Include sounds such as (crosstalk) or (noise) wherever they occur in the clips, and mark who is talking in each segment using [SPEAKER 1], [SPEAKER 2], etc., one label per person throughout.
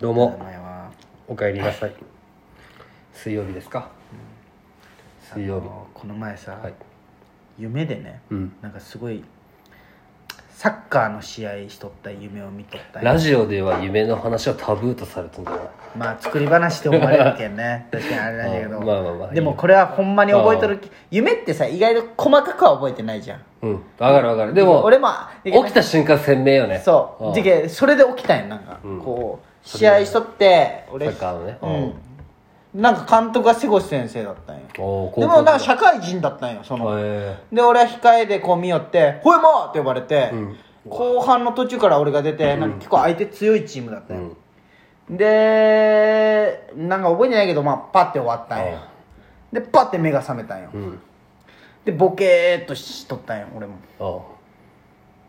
[SPEAKER 1] どう
[SPEAKER 2] 名
[SPEAKER 1] も
[SPEAKER 2] 前は
[SPEAKER 1] お帰りなさい水曜日ですか水曜日
[SPEAKER 2] あのこの前さ、
[SPEAKER 1] はい
[SPEAKER 2] 夢でね
[SPEAKER 1] うん
[SPEAKER 2] なんかすごいサッカーの試合しとった夢を見とったんよ
[SPEAKER 1] ラジオでは夢の話はタブーとされてんじゃない
[SPEAKER 2] まあ作り話って思われるけん
[SPEAKER 1] (laughs)
[SPEAKER 2] ね確かにあれなんだけど
[SPEAKER 1] あまあまあまあ
[SPEAKER 2] でもこれはほんまに覚えとる夢ってさ意外と細かくは覚えてないじゃん
[SPEAKER 1] うん分かる分かるでも
[SPEAKER 2] 俺も
[SPEAKER 1] 起きた瞬間鮮明よね
[SPEAKER 2] そうじ
[SPEAKER 1] ん
[SPEAKER 2] けそれで起きたんやなんか、
[SPEAKER 1] うん
[SPEAKER 2] こう試合しとって俺
[SPEAKER 1] サッカーのね
[SPEAKER 2] うん、なんか監督が瀬越先生だったんよ
[SPEAKER 1] おー
[SPEAKER 2] でもなんか社会人だったんよその、
[SPEAKER 1] へ
[SPEAKER 2] で俺は控えでこう見よって「ほいもー!」って呼ばれて、
[SPEAKER 1] ん
[SPEAKER 2] 後半の途中から俺が出てなんか結構相手強いチームだった
[SPEAKER 1] え
[SPEAKER 2] よ、でなんか覚えてないけど、まあ、パッて終わったんよでパッて目が覚めたんよ、
[SPEAKER 1] うんうん
[SPEAKER 2] でボケーっとしとったんよ俺も
[SPEAKER 1] あー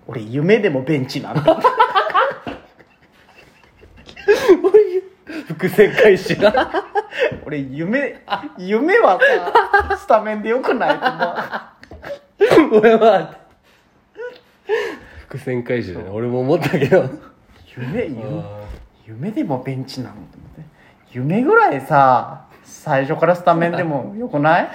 [SPEAKER 2] 俺夢でもベンチなんだ
[SPEAKER 1] (laughs) 伏線回収だ
[SPEAKER 2] 俺夢夢はさスタメンでよくないと思
[SPEAKER 1] (laughs)
[SPEAKER 2] う
[SPEAKER 1] 俺は伏線回収だね俺も思ったけど
[SPEAKER 2] 夢夢夢でもベンチなのと思って夢ぐらいさ最初からスタメンで (laughs) もよくない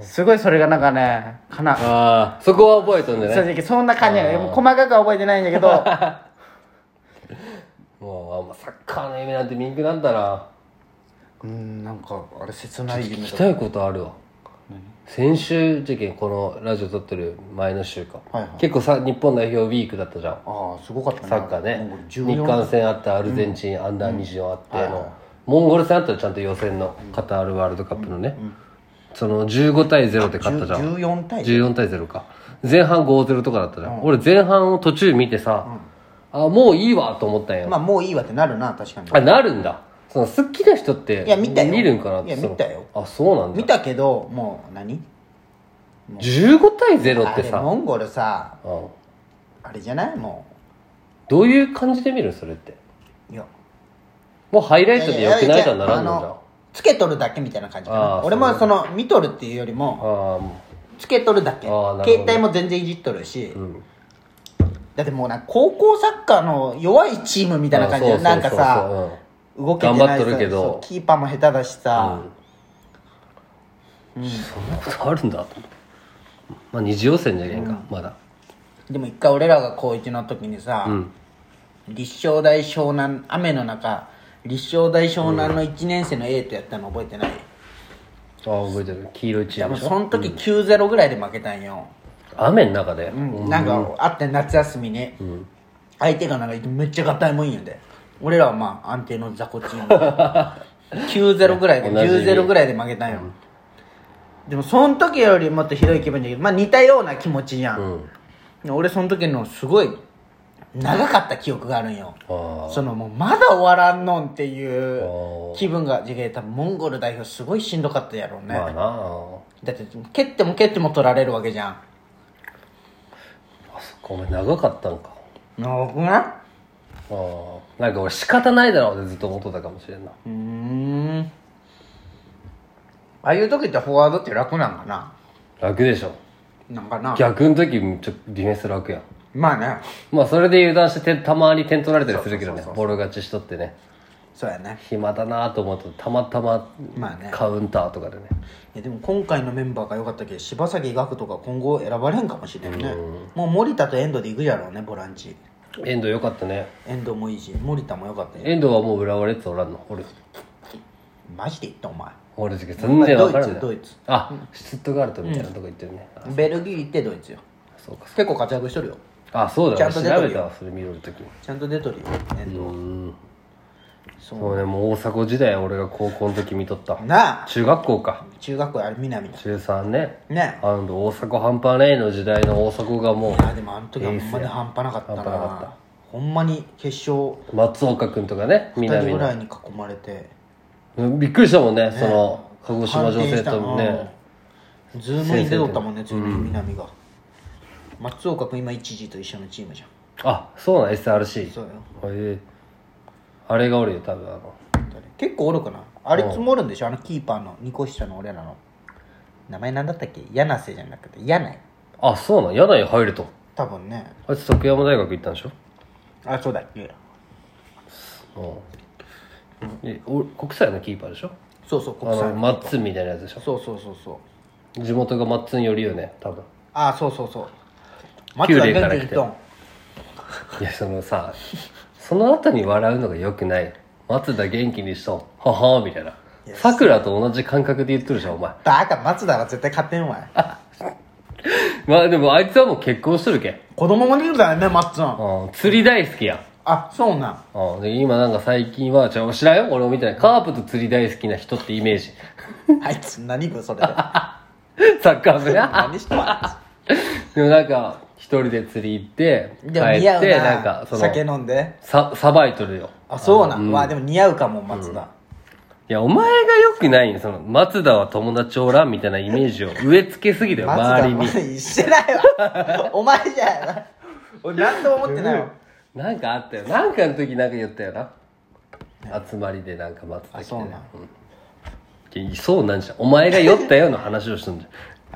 [SPEAKER 2] すごいそれがなんかねかな
[SPEAKER 1] ああそこは覚えとんじゃ
[SPEAKER 2] 正
[SPEAKER 1] ない
[SPEAKER 2] 直そんな感じやね
[SPEAKER 1] あー
[SPEAKER 2] もう細かくは覚えてないんだけど
[SPEAKER 1] もうあんまサッカーの夢なんて見んくなんだな
[SPEAKER 2] (laughs) うんなんかあれ切ない
[SPEAKER 1] 聞
[SPEAKER 2] 夢
[SPEAKER 1] き
[SPEAKER 2] だ
[SPEAKER 1] たいことあるわ先週事件このラジオ撮ってる前の週か、
[SPEAKER 2] はいはい
[SPEAKER 1] 結構さ日本代表ウィークだったじゃん
[SPEAKER 2] ああすごかったね
[SPEAKER 1] サッカーね
[SPEAKER 2] もう
[SPEAKER 1] 日
[SPEAKER 2] 14
[SPEAKER 1] 韓戦あったアルゼンチン、アンダー24あっての、
[SPEAKER 2] はいはい
[SPEAKER 1] モンゴル戦あったらちゃんと予選のカタールワールドカップのね、その15対0って勝ったじゃん
[SPEAKER 2] 14対0
[SPEAKER 1] 14対0か前半5-0とかだったじゃん、俺前半を途中見てさ、あもういいわと思ったんや、
[SPEAKER 2] まあもういいわってなるな確かに
[SPEAKER 1] あなるんだその好きな人って
[SPEAKER 2] いや見たよ
[SPEAKER 1] るんかなっ
[SPEAKER 2] いや
[SPEAKER 1] てその
[SPEAKER 2] 見たよ
[SPEAKER 1] あそうなんだ
[SPEAKER 2] 見たけどもう何
[SPEAKER 1] 15対0っ
[SPEAKER 2] あ
[SPEAKER 1] て
[SPEAKER 2] れ
[SPEAKER 1] さ
[SPEAKER 2] モンゴルさ
[SPEAKER 1] うん
[SPEAKER 2] あれじゃないも
[SPEAKER 1] どういう感じで見るそれって
[SPEAKER 2] ういや
[SPEAKER 1] もうハイライトでよくないとはならん
[SPEAKER 2] いやいやいや
[SPEAKER 1] の
[SPEAKER 2] あ
[SPEAKER 1] じゃん
[SPEAKER 2] のつけとるだけみたいな感じか
[SPEAKER 1] あ
[SPEAKER 2] な
[SPEAKER 1] ー
[SPEAKER 2] 俺も
[SPEAKER 1] そ
[SPEAKER 2] その見とるっていうよりも
[SPEAKER 1] ああも
[SPEAKER 2] つけとるだけ
[SPEAKER 1] あーなるほど
[SPEAKER 2] 携帯も全然いじっとるし、
[SPEAKER 1] ううん
[SPEAKER 2] だってもうなんか高校サッカーの弱いチームみたいな感じ
[SPEAKER 1] あ
[SPEAKER 2] で
[SPEAKER 1] ー
[SPEAKER 2] なんか
[SPEAKER 1] そうそうそう
[SPEAKER 2] さ動けて
[SPEAKER 1] 頑張
[SPEAKER 2] な
[SPEAKER 1] っ
[SPEAKER 2] い
[SPEAKER 1] とるけど
[SPEAKER 2] そうキーパーも下手だしさ、
[SPEAKER 1] うんうんそんなことあるんだと思ってまあ二次予選じゃねえかまだ
[SPEAKER 2] でも一回俺らが高1の時にさ、
[SPEAKER 1] うん
[SPEAKER 2] 立正大湘南雨の中立正大湘南の1年生の A とやったの覚えてない、
[SPEAKER 1] ああ覚えてる黄色いチ
[SPEAKER 2] で
[SPEAKER 1] ーム
[SPEAKER 2] も
[SPEAKER 1] でし
[SPEAKER 2] そ
[SPEAKER 1] ょ
[SPEAKER 2] の時9-0ぐらいで負けたんよ、
[SPEAKER 1] 雨の中で
[SPEAKER 2] なんかあって夏休みに、相手がなんかめっちゃ硬いもんやで俺らはまあ安定の雑魚チーム
[SPEAKER 1] (laughs)
[SPEAKER 2] 9-0ぐらいで
[SPEAKER 1] 同じ
[SPEAKER 2] 10-0ぐらいで負けたんよ、でもその時よりもっとひどい気分だけどまあ似たような気持ちや、
[SPEAKER 1] うんん
[SPEAKER 2] 俺その時のすごい長かった記憶があるんよ
[SPEAKER 1] あ
[SPEAKER 2] そのもうまだ終わらんのんってい
[SPEAKER 1] あ
[SPEAKER 2] う気分がじゃけ多分モンゴル代表すごいしんどかったやろうね、
[SPEAKER 1] まあなあ
[SPEAKER 2] だって蹴っても蹴っても取られるわけじゃん
[SPEAKER 1] あそこお前長かったんか
[SPEAKER 2] 長くない
[SPEAKER 1] ああなんか俺仕方ないだろうってずっと思っとったかもしれんな
[SPEAKER 2] うーんああいう時ってフォワードって楽なんかな
[SPEAKER 1] 楽でしょ
[SPEAKER 2] なんかな
[SPEAKER 1] 逆の時めっちゃディフェンス楽やん
[SPEAKER 2] まあね
[SPEAKER 1] まあそれで油断して点たまに点取られたりするけどねボロ勝ちしとってね
[SPEAKER 2] そうやね
[SPEAKER 1] 暇だなと思うとたまたま
[SPEAKER 2] まあね
[SPEAKER 1] カウンターとかでね
[SPEAKER 2] いやでも今回のメンバーが良かったけど柴崎岳とか今後選ばれんかもしれんねもう森田と遠藤で行くやろうねボランチ
[SPEAKER 1] 遠藤よかったね
[SPEAKER 2] 遠藤もいいし森田も良かったよ
[SPEAKER 1] 遠藤はもう浦和レッズおらんの俺
[SPEAKER 2] マジで言ったお前
[SPEAKER 1] 俺だけ全然分からんね
[SPEAKER 2] ドイツ
[SPEAKER 1] あシュツットガルトみたいなとこ行ってるね、あ
[SPEAKER 2] ベルギー行ってドイツよ
[SPEAKER 1] そうかそ
[SPEAKER 2] 結構活躍しとるよ
[SPEAKER 1] うかあそう
[SPEAKER 2] ち
[SPEAKER 1] だ
[SPEAKER 2] ゃん
[SPEAKER 1] ね調
[SPEAKER 2] と出てるよ
[SPEAKER 1] べたわそれ見るときに
[SPEAKER 2] ちゃんと出とるよ遠藤
[SPEAKER 1] うん
[SPEAKER 2] そう
[SPEAKER 1] そうねもう大迫時代俺が高校の時見とった
[SPEAKER 2] なあ
[SPEAKER 1] 中学校か
[SPEAKER 2] 中学校あれ南だ
[SPEAKER 1] 中3ね
[SPEAKER 2] ね
[SPEAKER 1] あの大迫半端ねえの時代の大迫がも
[SPEAKER 2] あでもあの時はほんまに半端なかったな
[SPEAKER 1] 半端なかった
[SPEAKER 2] ほんまに決勝
[SPEAKER 1] う松岡君とかね
[SPEAKER 2] 2
[SPEAKER 1] 南
[SPEAKER 2] 人ぐ
[SPEAKER 1] の
[SPEAKER 2] らいに囲まれて
[SPEAKER 1] うんびっくりしたもんねその鹿児島女性とね
[SPEAKER 2] うんズームインで撮ったもんねついに南が、松岡君今一時と一緒のチームじゃん
[SPEAKER 1] あそうなん SRC
[SPEAKER 2] そうよ
[SPEAKER 1] へえあれがおるよ多分あの
[SPEAKER 2] 誰結構おるかなあれ積もるんでしょあのキーパーの2個下の俺らの名前なんだったっけ柳瀬じゃなくて柳井
[SPEAKER 1] あそうなん柳井入ると
[SPEAKER 2] 多分ね
[SPEAKER 1] あいつ徳山大学行ったんでしょ
[SPEAKER 2] あそうだっけ
[SPEAKER 1] うんえお国際のキーパーでしょ
[SPEAKER 2] そうそう国
[SPEAKER 1] あ
[SPEAKER 2] 際
[SPEAKER 1] のマッツンみたいなやつでしょ
[SPEAKER 2] そうそうそうそう
[SPEAKER 1] 地元がマッツンよりよね多分
[SPEAKER 2] ああそうそうそう松は
[SPEAKER 1] キュウレイから
[SPEAKER 2] 元気
[SPEAKER 1] 来て
[SPEAKER 2] とん
[SPEAKER 1] いやそのさその後に笑うのがよくない松田元気にしとんははーみたいなさくらと同じ感覚で言っとるじゃんお前
[SPEAKER 2] バカ松田は絶対勝てんわ
[SPEAKER 1] まあでもあいつはもう結婚しとるけん
[SPEAKER 2] 子供もいるからね松さん
[SPEAKER 1] うん釣り大好きやん
[SPEAKER 2] あそうなん
[SPEAKER 1] うんで今なんか最近はじゃあ知らんよ俺も見てないカープと釣り大好きな人ってイメージ (laughs)
[SPEAKER 2] あいつ何部それ
[SPEAKER 1] サッカ
[SPEAKER 2] (laughs)
[SPEAKER 1] ー部な
[SPEAKER 2] 何してんわ
[SPEAKER 1] でもなんか一人で釣り行って帰っ
[SPEAKER 2] でも似合う
[SPEAKER 1] て
[SPEAKER 2] な
[SPEAKER 1] なんかその
[SPEAKER 2] 酒飲んで
[SPEAKER 1] ささばいとるよ
[SPEAKER 2] あそうなんわでも似合うかも松田
[SPEAKER 1] いやお前がよくないよその松田は友達おらんみたいなイメージ
[SPEAKER 2] (laughs)
[SPEAKER 1] を植え付けすぎだよ
[SPEAKER 2] 松
[SPEAKER 1] 周
[SPEAKER 2] 田
[SPEAKER 1] り
[SPEAKER 2] お
[SPEAKER 1] に
[SPEAKER 2] 前一緒だよ (laughs) お前じゃん俺何とも思ってないわ
[SPEAKER 1] なんかあったよなんかの時なんか言ったよな集まりでなんか松田来てね
[SPEAKER 2] あ
[SPEAKER 1] うんいやそうなんじゃんお前が酔ったよの話をしとんじ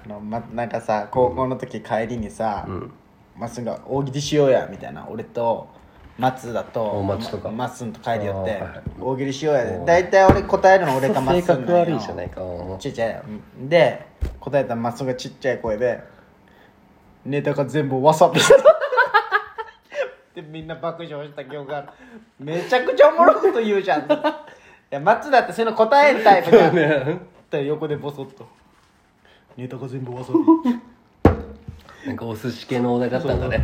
[SPEAKER 2] あの、ま、なんかさ高校の時帰りにさ、まっすんが大喜利しようやみたいな俺と松田と
[SPEAKER 1] お松とか
[SPEAKER 2] まっすんと帰り寄って、
[SPEAKER 1] あーはい
[SPEAKER 2] 大喜利しようやで大体俺答えるの俺
[SPEAKER 1] ゃ
[SPEAKER 2] か
[SPEAKER 1] ん
[SPEAKER 2] まっ
[SPEAKER 1] 性
[SPEAKER 2] すん
[SPEAKER 1] 格
[SPEAKER 2] なん
[SPEAKER 1] 悪
[SPEAKER 2] よ
[SPEAKER 1] いじゃないかうん
[SPEAKER 2] ちっちゃいうんで答えたらまっすんがちっちゃい声でネタが全部わさびした (laughs) でみんな爆笑した記憶があるめちゃくちゃおもろいこと言うじゃんいや松田ってそういうの答えるタイプじゃんって横でボソッとネタが全部わさび
[SPEAKER 1] なんかお寿司系のお題だったんだね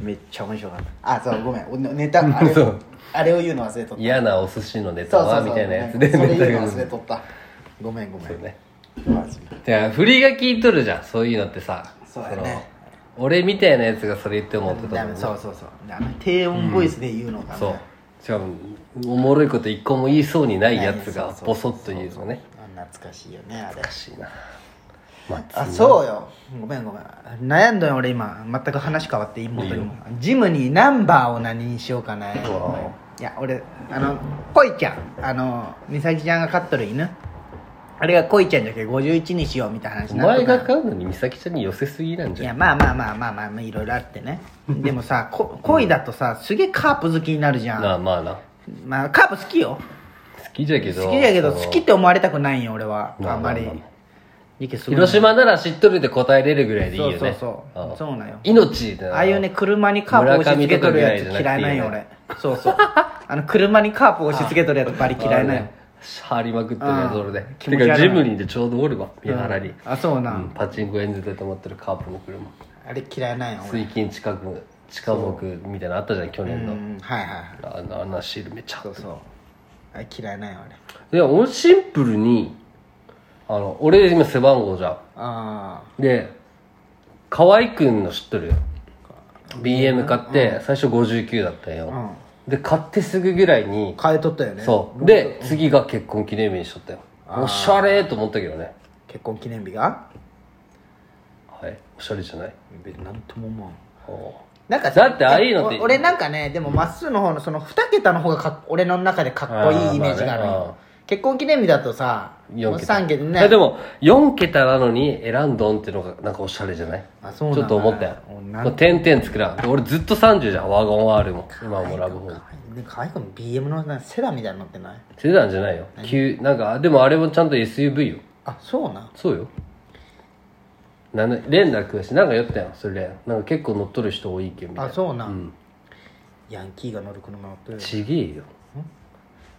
[SPEAKER 2] めっちゃ面白かったあそうごめんおねネタあれ
[SPEAKER 1] そう
[SPEAKER 2] あれを言うの忘れとった
[SPEAKER 1] 嫌なお寿司のネタはみたいなやつで
[SPEAKER 2] それ
[SPEAKER 1] ネタ
[SPEAKER 2] 言うの
[SPEAKER 1] が
[SPEAKER 2] 忘れとったごめんごめん
[SPEAKER 1] ね
[SPEAKER 2] マジ
[SPEAKER 1] い
[SPEAKER 2] で
[SPEAKER 1] や振りが効いとるじゃんそういうのってさ
[SPEAKER 2] そうだね
[SPEAKER 1] その俺みたいなやつがそれ言ってもってた
[SPEAKER 2] ダ
[SPEAKER 1] もん
[SPEAKER 2] メ
[SPEAKER 1] ね
[SPEAKER 2] そうそうそうダメ低音ボイスで言うのがね
[SPEAKER 1] そうしかもおもろいこと一個も言いそうにないやつ
[SPEAKER 2] な
[SPEAKER 1] が
[SPEAKER 2] いそう
[SPEAKER 1] ボソッと言うのね
[SPEAKER 2] あ懐かしいよねあれ
[SPEAKER 1] おかしいな松
[SPEAKER 2] あそうよごめんごめん悩んだよ俺今全く話変わっていい元にもジムにナンバーを何にしようかね
[SPEAKER 1] うわ
[SPEAKER 2] いや俺あのコイちゃんあの美咲ちゃんが飼っとる犬あれがコイちゃんじゃけ51にしようみたいな話
[SPEAKER 1] お
[SPEAKER 2] になっと
[SPEAKER 1] 前
[SPEAKER 2] った
[SPEAKER 1] が買うのに美咲ちゃんに寄せすぎなん
[SPEAKER 2] い
[SPEAKER 1] じゃ
[SPEAKER 2] や
[SPEAKER 1] ん
[SPEAKER 2] まあまあまあまあまあ、まあ、いろいろあってねでもさこ恋だとさすげえカープ好きになるじゃん
[SPEAKER 1] なあまあな
[SPEAKER 2] まあカープ好きよ
[SPEAKER 1] 好きじゃけど
[SPEAKER 2] 好きだけど
[SPEAKER 1] その
[SPEAKER 2] 好きって思われたくないんよ俺は
[SPEAKER 1] まあ
[SPEAKER 2] あんまり
[SPEAKER 1] まあま
[SPEAKER 2] いいけどすごい
[SPEAKER 1] 広島なら知っとるって答えれるぐらいでいいよ
[SPEAKER 2] そう
[SPEAKER 1] ね
[SPEAKER 2] そうそうそうなんよ
[SPEAKER 1] 命ってな
[SPEAKER 2] ああいうね車にカープ押し付けとるやつ嫌いなんよ俺そうそう (laughs) あの車にカープ押し付けとるやつバリ嫌いなんよ
[SPEAKER 1] 張りまくってるやつ俺で
[SPEAKER 2] うん気持
[SPEAKER 1] て
[SPEAKER 2] ち悪い
[SPEAKER 1] かジムニーでちょうどおるわ三原に
[SPEAKER 2] あそう
[SPEAKER 1] う
[SPEAKER 2] なんん
[SPEAKER 1] パチンコ演じて止まってるカープの車
[SPEAKER 2] あれ嫌いなんよ俺
[SPEAKER 1] 水金近く近くみたいなのあったじゃん去年
[SPEAKER 2] う
[SPEAKER 1] の
[SPEAKER 2] んはいはいはい
[SPEAKER 1] あのあんなシールめっちゃ
[SPEAKER 2] そうそうあれ嫌いなんよ俺
[SPEAKER 1] で俺シンプルにあの俺今背番号じゃ
[SPEAKER 2] あ
[SPEAKER 1] んで河合くんの知っとるよ BM 買って最初59だった
[SPEAKER 2] あう
[SPEAKER 1] よ
[SPEAKER 2] ん
[SPEAKER 1] で買ってすぐぐらいに
[SPEAKER 2] 変えとったよね
[SPEAKER 1] そうで次が結婚記念日にしとったよおしゃれーと思ったけどね
[SPEAKER 2] 結婚記念日が
[SPEAKER 1] はいおしゃれじゃない
[SPEAKER 2] なんとも思わん
[SPEAKER 1] おう
[SPEAKER 2] なんか
[SPEAKER 1] だってああいうのって
[SPEAKER 2] お俺なんかねでもまっすーの方のその2桁の方がかっ俺の中でかっこいいイメージがある
[SPEAKER 1] あーまあね
[SPEAKER 2] よ結婚記念日だとさ
[SPEAKER 1] 4桁
[SPEAKER 2] 3桁
[SPEAKER 1] いや
[SPEAKER 2] ね
[SPEAKER 1] でも4桁なのに選んどんっていうのがなんかおしゃれじゃない
[SPEAKER 2] あそうなん
[SPEAKER 1] ち
[SPEAKER 2] だ
[SPEAKER 1] ょっと思ったよ
[SPEAKER 2] おなん
[SPEAKER 1] こう点々作らんで俺ずっと30じゃんワゴン R も今もラブホーム
[SPEAKER 2] で可愛い子も BM のなんかセダンみたいに乗ってない
[SPEAKER 1] セダンじゃないよ急なんかでもあれもちゃんと SUV よ
[SPEAKER 2] あそうなん
[SPEAKER 1] そうよなんで連絡やしなんか酔ったよそれなんか結構乗っとる人多いけんみたい
[SPEAKER 2] あ
[SPEAKER 1] な
[SPEAKER 2] そうなん、
[SPEAKER 1] ん
[SPEAKER 2] ヤンキーが乗る車乗ってる
[SPEAKER 1] ちげえよ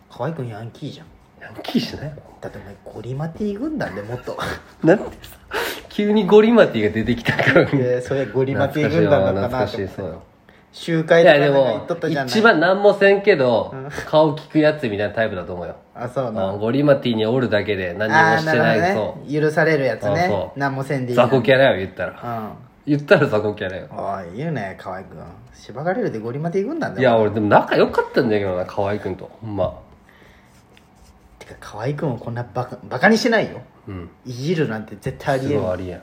[SPEAKER 2] 可愛い子ヤンキーじゃん
[SPEAKER 1] ヤンキーしないよ
[SPEAKER 2] だってお前ゴリマティ軍団でも
[SPEAKER 1] (laughs)
[SPEAKER 2] っと
[SPEAKER 1] なんでさ急にゴリマティが出てきたから
[SPEAKER 2] えーそれゴリマティ軍
[SPEAKER 1] 懐
[SPEAKER 2] 団だった
[SPEAKER 1] か
[SPEAKER 2] な
[SPEAKER 1] し
[SPEAKER 2] と
[SPEAKER 1] いわ懐かし
[SPEAKER 2] 思
[SPEAKER 1] いそう
[SPEAKER 2] って
[SPEAKER 1] よ
[SPEAKER 2] 集会
[SPEAKER 1] い
[SPEAKER 2] と
[SPEAKER 1] や
[SPEAKER 2] かな
[SPEAKER 1] で
[SPEAKER 2] んか行
[SPEAKER 1] も
[SPEAKER 2] っとったじゃない
[SPEAKER 1] 一番何もせんけど顔聞くやつみたいなタイプだと思うよ
[SPEAKER 2] あそうなん
[SPEAKER 1] あのゴリマティにおるだけで何
[SPEAKER 2] あ
[SPEAKER 1] も
[SPEAKER 2] あ
[SPEAKER 1] してない
[SPEAKER 2] なる
[SPEAKER 1] そ
[SPEAKER 2] ほどね許されるやつ
[SPEAKER 1] あ
[SPEAKER 2] ね
[SPEAKER 1] そう
[SPEAKER 2] 何もせんで
[SPEAKER 1] う
[SPEAKER 2] いいや
[SPEAKER 1] 雑
[SPEAKER 2] ん
[SPEAKER 1] 魚キャラよ言ったら
[SPEAKER 2] うん
[SPEAKER 1] 言ったら雑魚キャラよ
[SPEAKER 2] おい言うね河合君しばかれるでゴリマティ軍団だ
[SPEAKER 1] い
[SPEAKER 2] よ
[SPEAKER 1] や俺でも仲良かったんだけどな河合くんとほんま
[SPEAKER 2] てか河合君をこんなバカバカにしないよ
[SPEAKER 1] うん
[SPEAKER 2] いじるなんて絶対あり
[SPEAKER 1] す
[SPEAKER 2] え
[SPEAKER 1] ご
[SPEAKER 2] ない
[SPEAKER 1] いありえん
[SPEAKER 2] い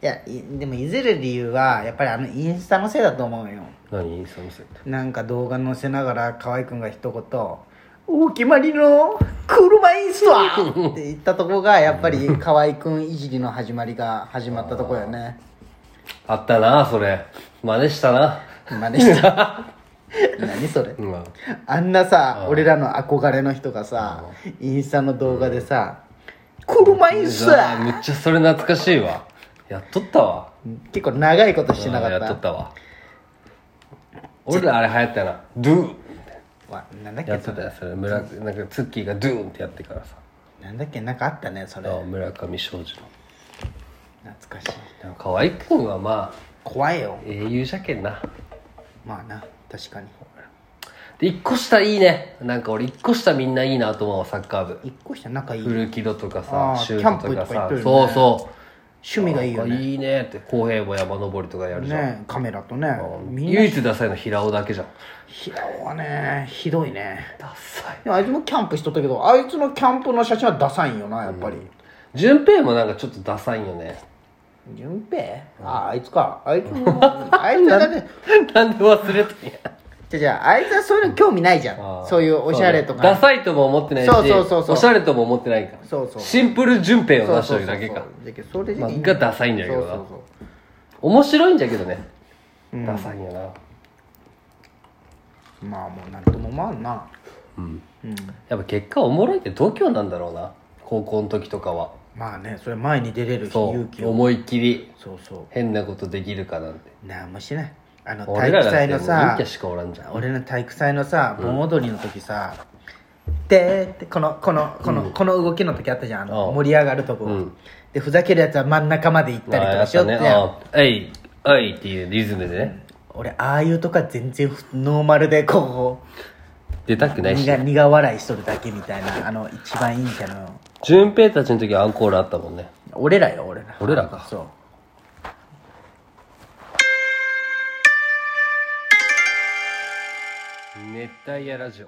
[SPEAKER 2] やいでもいずれ理由はやっぱりあのインスタのせいだと思うよ
[SPEAKER 1] 何そのせいって
[SPEAKER 2] なんか動画載せながら河合くんが一言「お決まりの車いいっすわ!」って言ったとこがやっ
[SPEAKER 1] (laughs)
[SPEAKER 2] ぱり河合くんいじりの始まりが始まったとこよね
[SPEAKER 1] あったなそれ真似したな (laughs)
[SPEAKER 2] 真似した何それ
[SPEAKER 1] うんまあ
[SPEAKER 2] あんなさ、
[SPEAKER 1] うん
[SPEAKER 2] 俺らの憧れの人がさ、インスタの動画でさ、車椅子
[SPEAKER 1] うわめっちゃそれ懐かしいわやっとったわ
[SPEAKER 2] 結構長いことしてなか
[SPEAKER 1] や
[SPEAKER 2] っ
[SPEAKER 1] っと
[SPEAKER 2] た。
[SPEAKER 1] ったわ俺らあれ流行ったよなドゥーン
[SPEAKER 2] わなんだっ
[SPEAKER 1] や
[SPEAKER 2] け
[SPEAKER 1] ってたよそれ村なんかツッキーがドゥーンってやってからさ
[SPEAKER 2] なんだっけなんかあったね、それ。
[SPEAKER 1] 村上庄司の
[SPEAKER 2] 懐かしい。
[SPEAKER 1] でも河合くんはまあ
[SPEAKER 2] 怖いよ。
[SPEAKER 1] 英雄じゃけんな
[SPEAKER 2] まあな、確かに。
[SPEAKER 1] で一個下いいねなんか俺一個下みんないいなと思うわサッカー部
[SPEAKER 2] 一個した仲いい。趣
[SPEAKER 1] 古木戸とか
[SPEAKER 2] あ
[SPEAKER 1] さ
[SPEAKER 2] ー
[SPEAKER 1] シュートとか
[SPEAKER 2] キャ
[SPEAKER 1] さ
[SPEAKER 2] ンプとか行っとる
[SPEAKER 1] そ
[SPEAKER 2] よ
[SPEAKER 1] う
[SPEAKER 2] ね
[SPEAKER 1] そう
[SPEAKER 2] 味がいいよね。
[SPEAKER 1] いいねって公平も山登りとかやるじゃん、
[SPEAKER 2] ねカメラとね。みんな
[SPEAKER 1] 唯、一ダサいの平尾だけじゃん
[SPEAKER 2] 平尾はね、ひどいね。
[SPEAKER 1] ダサい
[SPEAKER 2] でもあいつもキャンプしとったけど、あいつのキャンプの写真はダサいんよな、やっぱり。
[SPEAKER 1] 順平もなんかちょっとダサいんよね (laughs)
[SPEAKER 2] 順平ああいつかあいつもあいつはだって
[SPEAKER 1] なんで忘れたんや
[SPEAKER 2] じゃじゃああいつはそういうの興味ないじゃんそういうおしゃれと
[SPEAKER 1] そうねダ
[SPEAKER 2] か
[SPEAKER 1] サいとも思ってないし
[SPEAKER 2] そうそうそうそう
[SPEAKER 1] おしゃれとも思ってないから
[SPEAKER 2] そうそう
[SPEAKER 1] シンプル順平を出して
[SPEAKER 2] そうそうそう
[SPEAKER 1] るだけか
[SPEAKER 2] だけどそれでいい
[SPEAKER 1] まあがダサいんだけどな
[SPEAKER 2] そうそう
[SPEAKER 1] 面白いんじゃけどね、ダサいよな
[SPEAKER 2] そうまあもうなんともまあな
[SPEAKER 1] うん
[SPEAKER 2] うん
[SPEAKER 1] やっぱ結果おもろいって度胸なんだろうな高校の時とかは
[SPEAKER 2] まあねそれ前に出れる
[SPEAKER 1] そ
[SPEAKER 2] 勇気
[SPEAKER 1] う
[SPEAKER 2] を
[SPEAKER 1] 思いっきり
[SPEAKER 2] そうそ
[SPEAKER 1] 変なことできるかなんて
[SPEAKER 2] うなんもしてないあの体
[SPEAKER 1] 俺ら
[SPEAKER 2] 育
[SPEAKER 1] だってもう陰キ
[SPEAKER 2] 祭のさ
[SPEAKER 1] ャしかおらんじゃん
[SPEAKER 2] 俺の体育祭のさ盆踊りの時さでってこのこのこの、この動きの時あったじゃんあの
[SPEAKER 1] うん
[SPEAKER 2] 盛り上がるとこ、
[SPEAKER 1] うん
[SPEAKER 2] でふざけるやつは真ん中まで行ったり
[SPEAKER 1] あ
[SPEAKER 2] と
[SPEAKER 1] あや
[SPEAKER 2] か
[SPEAKER 1] っ
[SPEAKER 2] しよ
[SPEAKER 1] た
[SPEAKER 2] うって
[SPEAKER 1] ね
[SPEAKER 2] やん、
[SPEAKER 1] ああえいえいっていうリズムでね
[SPEAKER 2] 俺ああいうとか全然ふノーマルでこ
[SPEAKER 1] 出たく
[SPEAKER 2] う
[SPEAKER 1] ないし
[SPEAKER 2] 苦苦笑いしとるだけみたいなあの一番いいんじゃの
[SPEAKER 1] 順平たちの時はアンコールあったもんね
[SPEAKER 2] 俺らよ俺ら
[SPEAKER 1] 俺らか
[SPEAKER 2] そう
[SPEAKER 1] 熱帯夜ラジオ